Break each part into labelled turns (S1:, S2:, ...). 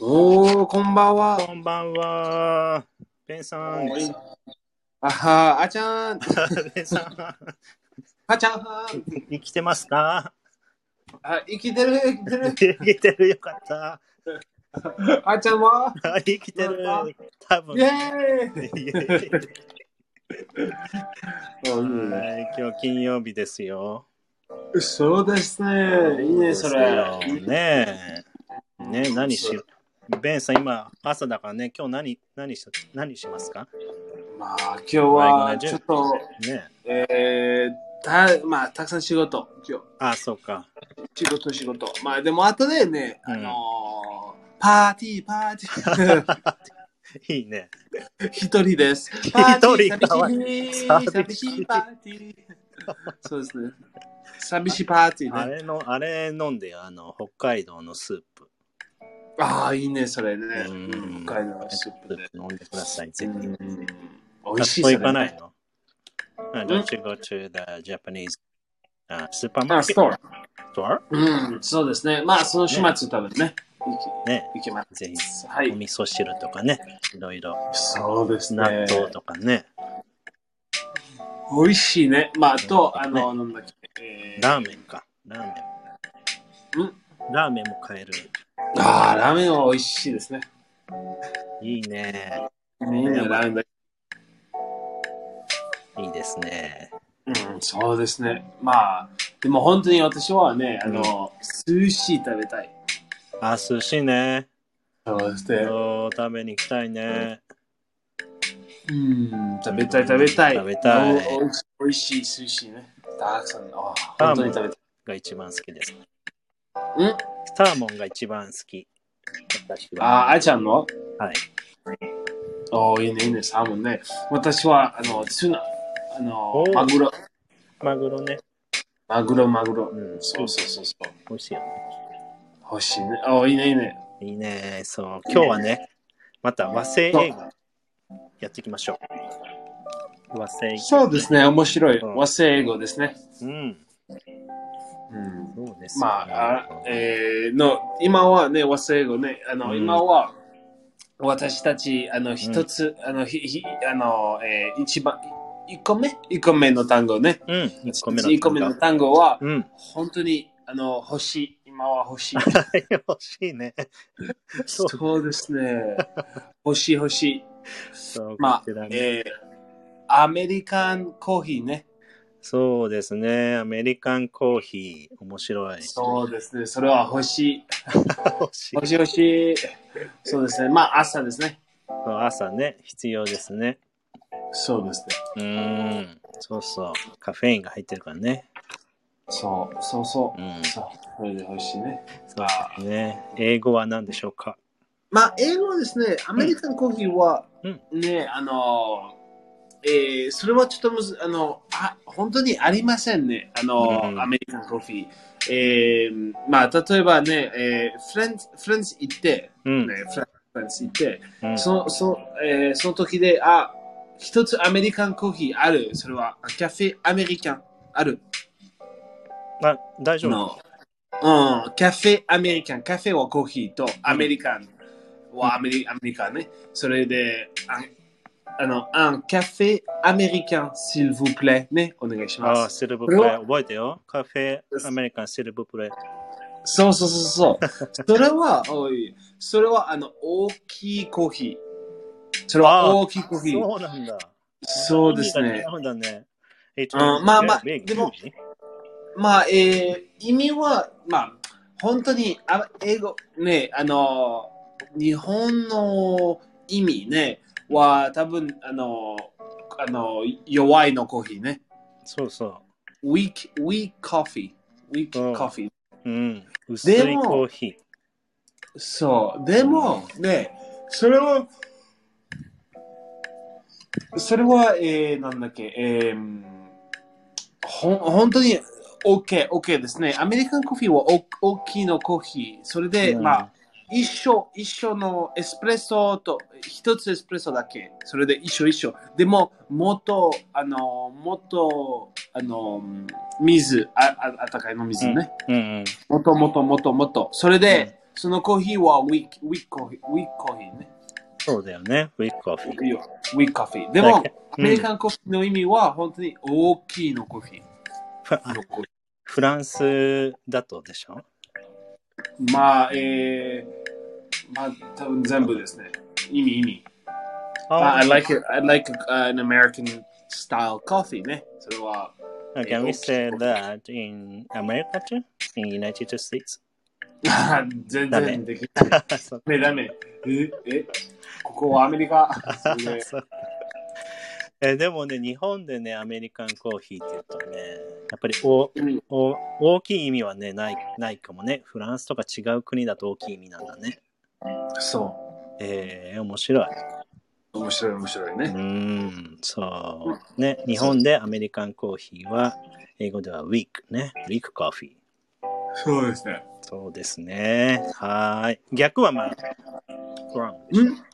S1: おー、こんばんは。
S2: こんばんは。ベンさん。リン
S1: あはー、あちゃん、
S2: ベンさん。
S1: あちゃんはーん。
S2: 生きてますか
S1: あ、生きてる、生きてる
S2: 生。きてるよかった。
S1: あちゃん は
S2: 生きてる
S1: よかっ。
S2: 多
S1: イェ
S2: 分。
S1: ーイ
S2: いやいやいや
S1: あ
S2: はい今日金曜日ですよ。
S1: いいそうですね。いいね、それ。
S2: ですよねえ。ね何し、ベンさん今朝だからね、今日何、何し、何しますか
S1: まあ、今日はちょっと、
S2: ねえ
S1: えー、た、まあ、たくさん仕事、今
S2: あ、そうか。
S1: 日。仕事、仕事。まあ、でも、後でね、
S2: うん
S1: あのー、パーティー、パーティー。
S2: いいね。
S1: 一人です。一
S2: 人かわい
S1: 寂しい。
S2: 寂しい
S1: 寂しいパーティー。そうですね。寂しいパーティ
S2: あ
S1: ーね。
S2: れの、あれ飲んでよあの、北海道のスープ。
S1: ああ、いいね、それね。
S2: うん
S1: 北海道のスープで。
S2: 飲んでください、ぜ
S1: う
S2: ひ。
S1: ん美味しいそ
S2: 学校
S1: れ
S2: 行かないのあ、don't you go to the Japanese、uh, スーパーマ
S1: あ、
S2: ーケ
S1: ス
S2: ット
S1: トア。
S2: store?
S1: うん、そうですね。まあ、その週末多分ね、
S2: ね、
S1: 行きま
S2: ぜひ。
S1: す。は
S2: お
S1: い。
S2: 味噌汁とかね、いろいろ、
S1: そうです
S2: 納
S1: ね。
S2: 豆とかね、
S1: 美味しいね。まあ、あと、あの、なんだっけ。えー
S2: ラーメンか、ラーメン。
S1: ん
S2: ラーメンも買える。
S1: ああ、ラーメンは美味しいですね。
S2: いいね。
S1: いいね、ラーメンだ
S2: いいですね。
S1: うん、そうですね。まあ、でも本当に私はね、あの、寿司食べたい。
S2: あ、寿司ね。
S1: そうですね。
S2: そう食べに行きたいね。
S1: うん、食べたい食べたい。
S2: 食べたい
S1: おおいしおいしい寿司ね。たくさん、あ
S2: サ
S1: 本
S2: ーモ
S1: 当
S2: ン
S1: に食べたい。
S2: が一番好きです。ん
S1: うん
S2: サーモンが一番好き。私
S1: あ
S2: は。
S1: あ、あいちゃんの
S2: はい。
S1: おーいいね、いいね、サーモンね。私は、あの、ツナ、あの
S2: お、ー
S1: マグロ、
S2: マグロね。
S1: マグロ、マグロ。
S2: うん。
S1: そうそうそうそう。
S2: 美味しいよね。
S1: 欲しいね。おーいいね、いいね。
S2: いいね。そう、今日はね、また和製映画やっていきましょう。和製。
S1: そうですね、面白い。
S2: うん
S1: 和製英語ですね。
S2: うん。
S1: うん。
S2: そうですね。
S1: まあ、あえー、の今はね、和製英語ね、あの、
S2: うん
S1: 今は私たち、あの、一つ、あの、ひひあの、えー、一番、一個目一個目の単語ね。
S2: うん。1個目の。
S1: 一個目の単語は、
S2: うん。
S1: 本当に、あの、欲しい。今は欲しい。
S2: 欲しいね。そう
S1: そうです ね。欲しい欲しい。
S2: そう
S1: まあ
S2: こちら、ね
S1: えー、アメリカンコーヒーね。
S2: そうですね。アメリカンコーヒー。面白い。
S1: そうですね。それは欲しい。
S2: 欲しい
S1: 欲しい欲しい。そうですね。まあ、朝ですね。
S2: そう朝ね、必要ですね。
S1: そうですね。
S2: うん。そうそう。カフェインが入ってるからね。
S1: そう、そうそう。
S2: うん
S1: そう、それで欲しいね。
S2: そうですね。英語は何でしょうか
S1: まあ、英語はですね、アメリカンコーヒーは、
S2: うん
S1: ね、あの、えーそれはちょっとむず、あの、あ本当にありませんね、あの、
S2: うん
S1: アメリカンコーヒー。えーまあ、例えばね、えーフレンツ、フレンツ行って、
S2: うん
S1: ね。フラフレンツ行って、
S2: うん
S1: その、その、えーその時で、あ、一つアメリカンコーヒーある、それは、カフェアメリカンある。
S2: あ、大丈夫。
S1: の、うん、カフェアメリカン、カフェはコーヒーとアメリカンはアメリ,、アメリカンね。それで、ああの、あんカフェアメリカン、s'il vous plaît ね、お願いし
S2: あ
S1: ま
S2: あ、
S1: す。
S2: セルブプレ
S1: これ
S2: イ
S1: は
S2: 覚えてよ。カフェアメリカンセルブプレイ。
S1: そうそうそうそう。それは、おい、それはあの、大きいコーヒー。それ
S2: あ
S1: は
S2: ー
S1: 大きいコーヒー。
S2: そうなんだ。
S1: そうですね。
S2: そうだね。
S1: うんまあまあ
S2: It's very big
S1: でもまあ、えー意味は、まあ、本当に、あ英語、ね、あの、日本の意味ね、は多分、あの、あの、弱いのコーヒーね。
S2: そうそ
S1: weak, weak coffee.
S2: う
S1: weak
S2: ん
S1: coffee.
S2: う。うん。薄いコーヒ
S1: そう。でも、ね、それは、それは、えー、なんだっけ、えー、ほん本当に OK、OK ですね。アメリカンコーヒーはお大きいのコーヒー。それで、
S2: ー。
S1: まあ、一緒、一緒のエスプレッソと、一つエスプレッソだけ。それで一緒一緒。でも、もっと、あの、もっと、あの、水、あああったかいの水ね。
S2: うん。うんうん。
S1: もっともっともっともっと。それで、そのコーヒーはウィーク、ウィークコーヒー、ウィークコーヒーね。
S2: そうだよね。ウィッグコフィー。
S1: ウィークコーヒー。でも、
S2: Okay
S1: アメリカンコーヒーの意味は本当に大きいのコーヒ
S2: フラ
S1: ー。のコーヒ
S2: フランスだとでしょ
S1: ーまあ、えー、まあ、多分全部ですね。意味、意味。まあ、I like, it. I like uh, an American style coffee ね。それは、
S2: Can we say that in America too? In United States?
S1: 全
S2: ダメ
S1: 然できない。
S2: そう
S1: ダメダメ。ええここはアメリ カ。それで
S2: そう えでもね、日本でね、アメリカンコーヒーって言うとね、やっぱりお
S1: うん
S2: お大きい意味はねない、ないかもね。フランスとか違う国だと大きい意味なんだね。
S1: そ
S2: えー、面白い。
S1: う。面白い、面白いうね。
S2: ーん、そう。ね、日本でアメリカンコーヒーは、英語ではウィークね、ウィークコーヒー。
S1: そうですね。
S2: そうですね。はーい。逆はまあ、ストロングでしょ。
S1: ん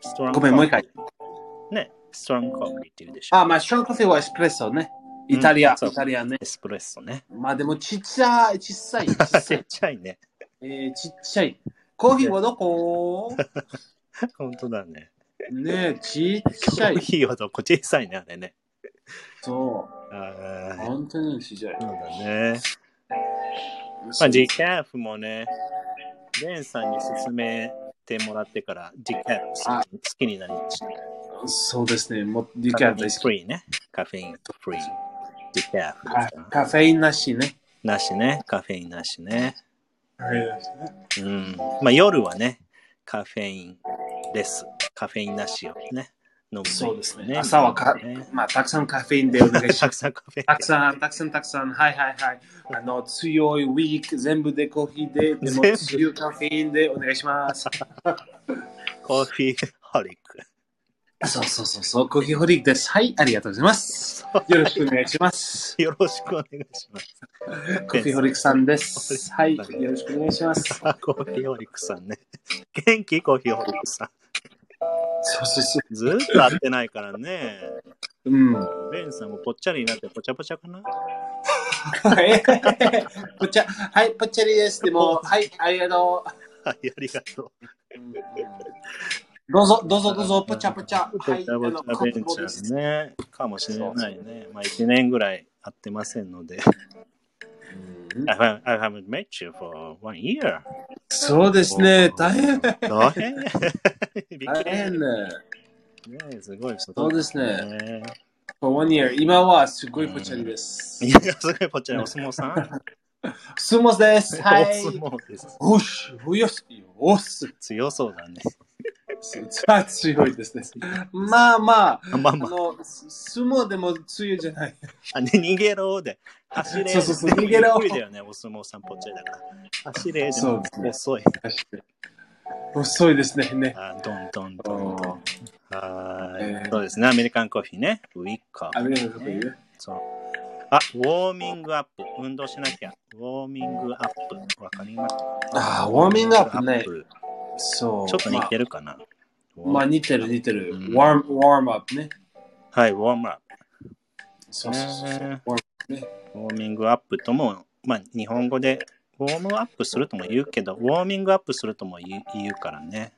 S2: ストロン
S1: ごめんもう一回。
S2: ね、ストロングコーヒーって言うでしょ。
S1: あ、まあ、ストロングコーヒーはエスプレッソね。イタリア、
S2: うんそう
S1: イタリアね。
S2: エスプレッソね。
S1: まあでもちっちゃい、ちっさい、ちっさ
S2: ちっ
S1: い。
S2: ちゃいね。
S1: えー、ちっちゃい。コーヒーはどこ
S2: 本当だね。
S1: ねえ、ちっ
S2: コ
S1: ちゃ
S2: ー
S1: い。
S2: ヒーほど小さいね、あれね。
S1: そ
S2: あ
S1: う。
S2: ー
S1: 本当にちっちゃい。
S2: そうだね。ま
S1: そ
S2: あ、
S1: う
S2: ジキャーフもね、レンさんに勧めてもらってから、ジキャーフ好き好きになりました。
S1: そうですね。もリ
S2: カ
S1: カ
S2: フ
S1: ー大
S2: ェイン
S1: 好
S2: フ
S1: き。
S2: リーね。カフェインフリー。ディカフ
S1: カ
S2: ですか
S1: カフェインなしね。
S2: なしね。カフェインなしね。
S1: カフェインなしね
S2: うん。まあ夜はね、カフェインレス。カフェインなしをね。飲むといい
S1: そうですね。朝はか
S2: ね、
S1: まあ、たくさんカフェインでお願いします
S2: たく。さんカフェイン。
S1: たくさん、たくさん、たくさん。はいはいはい。あの、強いウィーク、全部でコーヒーで、でも
S2: 全部
S1: 強いカフェインでお願いします。
S2: コーヒーホリック。
S1: そうそうそうそう、コーヒーホリックです。はい、ありがとうございます。よろしくお願いし ます。
S2: よろしくお願いします。
S1: コーヒーホリックさんです。はい、よろしくお願いします。
S2: あコーヒーホリックさんね。元気コーヒーホリックさん。
S1: そうそうそ
S2: ずーっと会ってないからね。
S1: う。うん。
S2: レンさんもぽっちゃりになってぽちゃぽちゃかな
S1: ぽっちゃ、はい、ぽっちゃりです。でも、はい、ありがと
S2: はい、ありがとう。
S1: う。どうぞ、どうぞ、どうぞ、ぽちゃぽちゃ。
S2: は
S1: はいい、
S2: ダブルアベンチャーね。かもしれないね。まあ1年ぐらい会ってませんので。
S1: うん
S2: I haven't, I haven't met you for one year.
S1: そうですね、大変。
S2: 大変びっ
S1: 大
S2: くり
S1: 変ね。
S2: ねすごいこと
S1: そうです
S2: ね。
S1: For one year、今はすごいぽっちゃりです
S2: い。や、すごいぽっちゃりお相撲さん。
S1: スモスです。は
S2: お
S1: い。
S2: 相撲です。
S1: おし、およし、おっす。
S2: 強そうだね。
S1: あ強いですね。 まあまあ、
S2: あまあ
S1: あ
S2: まあ
S1: の、相撲でも強いじゃない。
S2: あ、ね、逃げろで。走れ。
S1: そうそうそう逃げろ
S2: ゆっくりだよね、お相撲さんぽっちゃりだから。走れ。で
S1: そう
S2: も
S1: ですね
S2: 遅い。
S1: 遅いですね。ね。
S2: あ、どんどんどんどん。
S1: あ
S2: は
S1: え
S2: い、
S1: ー
S2: そうですね、アメリカンコーヒーね。ウィッカー。
S1: りがとうございます。
S2: そうあ、ウォーミングアップ。運動しなきゃ。ウォーミングアップ。わかります
S1: ああ、ウォーミングアップね
S2: ウォー。ミングアッ
S1: そう。
S2: プちょっと似てるかな。
S1: まあ、まあ、似てる似てる。
S2: う
S1: ウ
S2: ん
S1: ォーム、ウォームアップね。
S2: はい、ウォームアッ
S1: そうそうそうそう
S2: ね。
S1: ウォーム
S2: プ。ウォーミングアップとも、まあ、日本語でウォームアップするとも言うけど、ウォーミングアップするとも言う言うからね。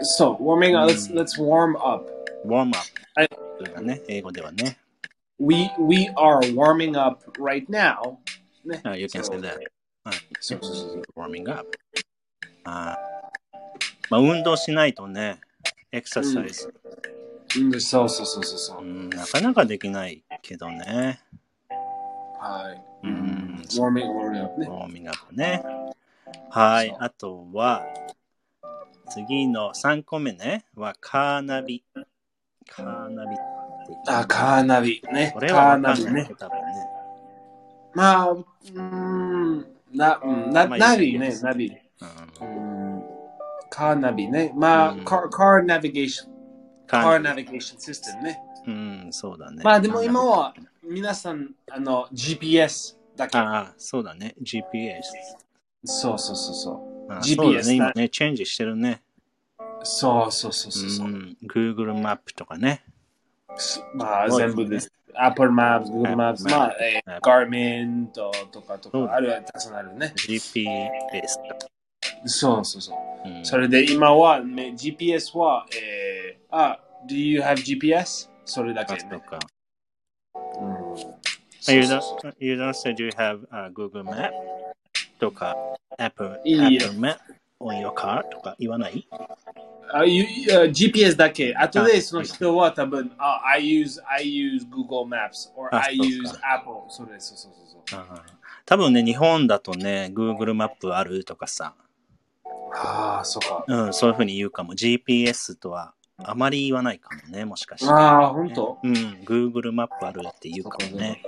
S1: そう、ウォーミングアップ、
S2: うん
S1: let's, let's warm up.
S2: ウォームアップ。
S1: はい
S2: それがね、英語ではね。
S1: We, we are warming up right now. ね。
S2: あ you can say that. はい
S1: そうそうそうそう。
S2: ウォーミングアップ。あーまあ、運動しないとね、エクササイズ、
S1: うんそうそうそうそうそうう。
S2: んなかなかできないけどね、
S1: はい。う
S2: う
S1: んん。ウォーミング、ウォーミングアップ
S2: ウ
S1: ね。
S2: ォーミングアップね。は
S1: そ
S2: い、
S1: う
S2: あとは、次の3個目ね、はカーナビ。カーナビっていう
S1: あ、カーナビね。
S2: これは
S1: カー
S2: わか
S1: ナ
S2: ん
S1: ビ
S2: ない
S1: ね。
S2: けど多分ね。
S1: まあ、うーん、な、うん、な、
S2: まあ
S1: ナビ
S2: いい
S1: ね
S2: で、す
S1: ナビ。う
S2: うん
S1: ん、カーナビね。まあ、
S2: うん
S1: カー、カーナビゲーション、
S2: カ
S1: カ
S2: ー
S1: ー
S2: ナ
S1: ナ
S2: ビ。
S1: ビゲーションシステムね。
S2: うん、そうだね。
S1: まあ、でも今は、皆さん、あの、GPS だけ。
S2: ああ、そうだね。GPS。
S1: そうそうそうそう。
S2: ああ
S1: GPS
S2: そうだね。今
S1: だ
S2: ね、チェンジしてるね。
S1: そうそうそうそう
S2: う
S1: そう。
S2: ん、Google マップとかね。
S1: まあ、全部です。 Apple Maps、Google Maps、
S2: Apple Maps
S1: まあ、えー、Garmin ととかと
S2: そう
S1: か、あるいはたくさんあるね。
S2: GPS。
S1: そうそうそう。
S2: うん
S1: それで今は、ね、GPS は、えー、あ、Do you have GPS? それだけ
S2: あ
S1: ね。
S2: そうか。
S1: うんそう
S2: You
S1: そうそう
S2: don't, you don't say do you have、Google Map とか Apple,
S1: いいよ
S2: Apple Map on your car とか言わない
S1: あゆあ GPS だけ。あと
S2: あ
S1: でその人は多分、あ、I use, I use Google Maps or
S2: あ
S1: I
S2: そう
S1: use
S2: か
S1: Apple. それ、そうそうそうそう。
S2: あー多分ね、日本だとね、Google マップあるとかさ、
S1: ああ、そうか。
S2: うん、そういうふうに言うかも。GPS とはあまり言わないかもね、もしかして。
S1: ああ、本当
S2: うん、Google マップあるって言うかもね。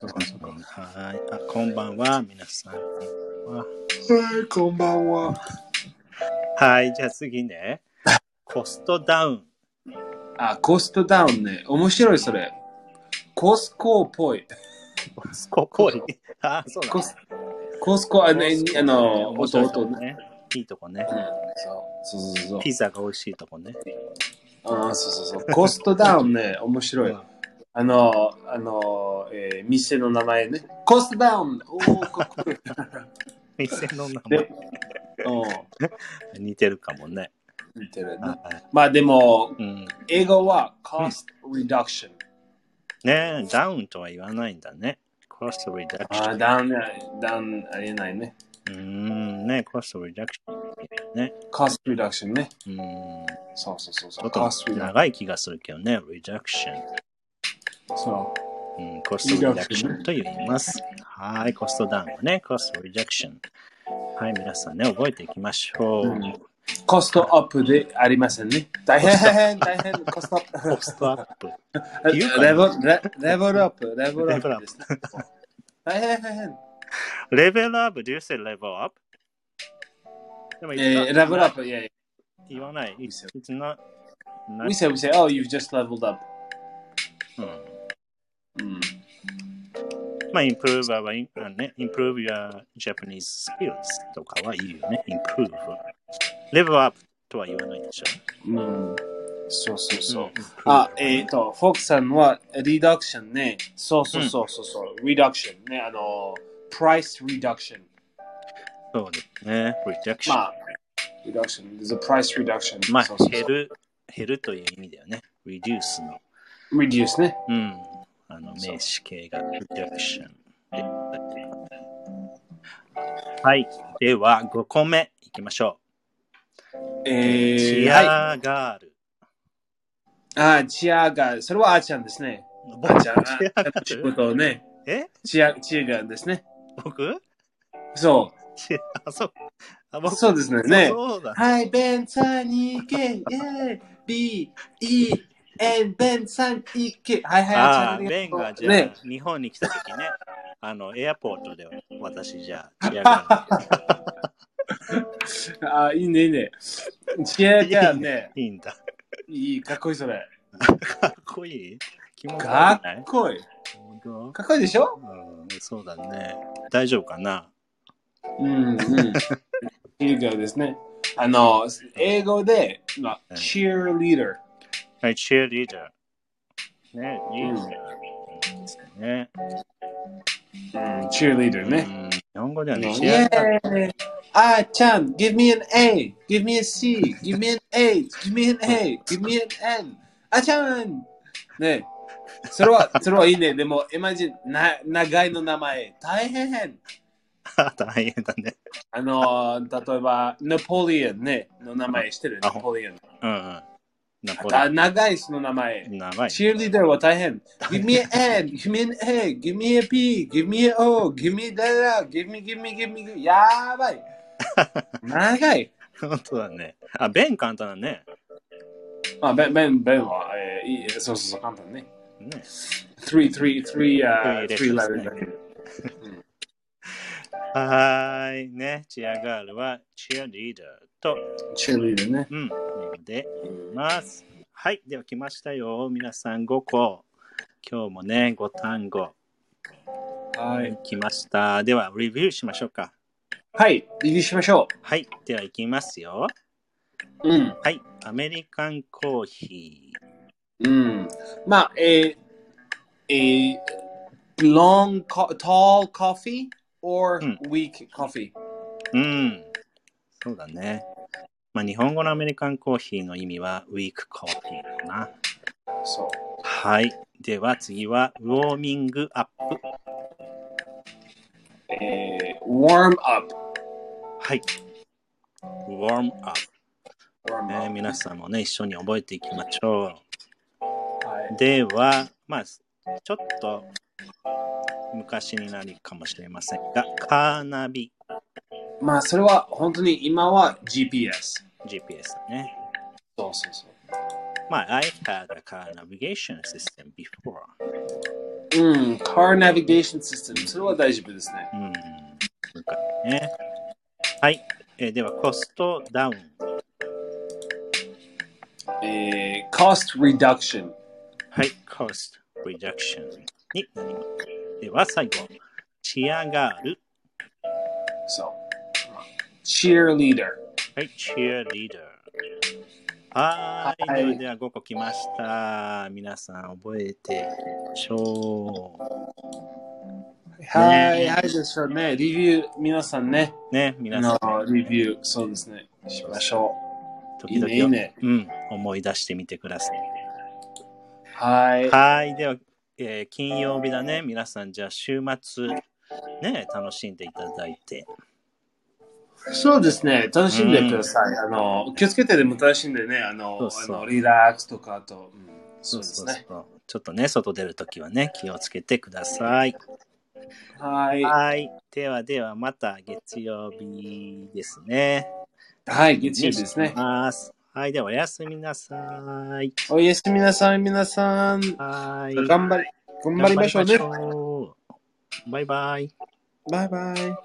S1: そうかそうか
S2: うんはいあ。こんばんは、皆さん。
S1: はい、こんばんは。
S2: はい、じゃあ次ね。コストダウン。
S1: あ、コストダウンね。面白いそれ。コスコっぽい。
S2: コスココイ。あ、そうだ、ね。
S1: コスコスコ、あの、
S2: コスコ
S1: あの
S2: 面白いと
S1: 弟
S2: こ
S1: ね。
S2: ね。いいとこね。
S1: うんそうそう そうそう。
S2: ピザが美味しいとこね。
S1: あーそうそうそう。コストダウンね。面白
S2: う
S1: い
S2: ん。
S1: あの、あの、えー店の名前ね。コストダ ウンおー、かっこいい。
S2: 店の名前
S1: で、う
S2: 似てるかもね。
S1: ん、似てるね。
S2: はい
S1: まあでも、
S2: うん、
S1: 英語は cost reduction。
S2: ねえ、ダウンとは言わないんだね。コストリダクシ
S1: あ
S2: ョ
S1: あ、
S2: ン。
S1: ダウン、ダウンありえないね。
S2: うーん、ねコストリダクション。ね。
S1: cost reduction ね。
S2: うーん、
S1: そうそうそう
S2: ち
S1: そ
S2: ょ
S1: う。
S2: っと
S1: cost reduction。
S2: 長い気がするけどね、リダクション。
S1: そ
S2: うん、コストリダクションと言います。はい、コストダウンはね、コストリダクション。はい、皆さんね、覚えていきましょう。
S1: うんう。コストアップでありませんね。大 変、大変、コストアップ
S2: コ。ストアップ。言うかな
S1: レベルレレベルアップ、レベルア
S2: レベルア
S1: ッ
S2: ッ
S1: プ
S2: プ
S1: ですね。大変、大変。
S2: レベルアップ、do you say level up? でも、
S1: えー、レベルアップ、いやいや。
S2: 言わない。It's, it's not,
S1: We say, we say, oh, you've just leveled up.
S2: うん
S1: うん。
S2: まあ、improve our, あね、improve your Japanese skills とかはいいよね。improve。level up とは言わないでしょ。
S1: うん。そうそうそう。
S2: ん
S1: あ、えっ、と、フォークさんは、リダクションね。そうそうそうそうそう、リダクションね。あの、プライスリダクション。
S2: そうですね。reduction。
S1: ま
S2: まあ、
S1: あ、リダクション、there's a price reduction。そうそう
S2: 減
S1: そう。
S2: る、減るという意味だよね。reduce の。
S1: reduce ね。
S2: うん。あの、
S1: そう
S2: 名詞形が reduction で。はい。では、5個目いきましょう。
S1: え
S2: チ
S1: ー、はい。
S2: アガール。
S1: あ、チアが、それはあーちゃんですね。あーちゃん、あ
S2: チアガ
S1: 仕
S2: ール
S1: 事をね。
S2: え
S1: チア、チアがですね。
S2: 僕
S1: そ
S2: チアあ、そう。あ
S1: う。
S2: 僕
S1: そうですね。ね。
S2: そうだ。
S1: はい、ベンさんに行け、イェイ !B、E、N、ベンさん行け。はいはい、
S2: ああ、
S1: ーちゃん
S2: ベンがじゃあ、
S1: ね。
S2: 日本に来た時ね、あの、エアポートで私じゃあ、チアガ
S1: あ、いいね、いいね。チアがね
S2: ー、 ルいいんだ。
S1: いい、かっこいいそれ。
S2: かっこいい気持ち
S1: か
S2: 悪くな
S1: っ
S2: い
S1: こいい。
S2: 本当
S1: かっこいいでしょ
S2: うん、そうだね。大丈夫かな
S1: うんうん。チアがですね。あの、英語で、まあ、
S2: うん
S1: チアリーダー。
S2: はい、チアリーダー。ね、いいね。ね。
S1: うん、チアリーダーね。
S2: うん日本語ではね、チアリーダー。
S1: Yeah. Ah, Chan, give me an A. Give me a C. Give me an H. Give me an A. Give me an N. Ah, Chan. ねえそれ は、それはいいね。でも、imagine、な、長いの名前。大変。
S2: 大変だね。
S1: あのー、例えば、ナポレオンね。の名前してる。
S2: あ
S1: ナポレオン。
S2: うんうん。ナポ
S1: あ長いその名前。
S2: リ長い。
S1: チアリーダーは大変。Give me an N, give me an A, give me a P, give me an O, give me that, give me, give me, give me, give me. やば い。長い。
S2: 本当だね。あ、ベン簡単だね。
S1: まあ、ベン、ベン、ベンは、えーいい、そうそうそう、簡単ね。
S2: ね。
S1: 3、3、3、あー
S2: レッ
S1: 3
S2: スン
S1: ラ
S2: です
S1: ベル
S2: ね
S1: だけで。
S2: はーい。ね。チアガールはチアリーダーと、
S1: チェリーでね。
S2: うん、でます。はい。では来ましたよ。皆さん5個。今日もね、5単語
S1: はい。
S2: 来ました。では、レビューしましょうか。
S1: はい、リリースしましょ
S2: はい。では、行きますよ。
S1: う。うん。
S2: はい。アメリカンコーヒ
S1: うん。まあ、えー a long, co- tall coffee or
S2: Hmm.
S1: weak coffee?
S2: うん。そうだね。まあ、日本語のアメリカンコーヒーの意味は、ウィークコーヒーかな。
S1: So,
S2: はい。では次は、ウォーミングアップ。
S1: eh, warm up.
S2: はい。ウォームアッ
S1: Warm
S2: プ、ね。
S1: up.
S2: 皆さんもね、一緒に覚えていきましょ
S1: Hi.
S2: う。では、まあ、ちょっと昔になるかもしれませんが、カーナビ
S1: まあそれは本当に今は GPS。
S2: GPS だね。
S1: そうそうそう。
S2: まあ、I had a car navigation system before.
S1: うん、Car Navigation System。それは大丈夫ですね。
S2: うん。昔ね。はい。えーでは、コストダウン。
S1: えー、Cost Reduction。
S2: はい、cost reduction になります。では最後、チアガール。
S1: そう。Cheerleader。
S2: はい、チアリーダー。はい、
S1: はい
S2: ではでは5個来ました。皆さん覚えていきましょ
S1: はい、はいでしょうね。レビュー、皆さんね。
S2: う。ね、
S1: あ
S2: 皆さん
S1: の、、レビュー、そうですね。しましょう。いい
S2: 時々
S1: ね、いいね。
S2: うん、思い出してみてください。
S1: はい。
S2: はい、では、えー金曜日だね。皆さん、じゃあ週末、ね、楽しんでいただいて。
S1: そうですね。楽しんでください。あの、気をつけてでも楽しんでね、あの、
S2: そうそう
S1: あのリラックスとかあと、うん、そうですね。
S2: そう。ちょっとね、外出るときはね、気をつけてください。
S1: はい。
S2: はい。ではでは、また月曜日ですね。
S1: はい、月曜日ですね。
S2: ますはい。では、おやすみなさい。
S1: おやすみなさい、皆さん。
S2: はい。
S1: 頑張り、頑張りましょうね。
S2: 頑張りましょうバイバイ。
S1: バイバイ。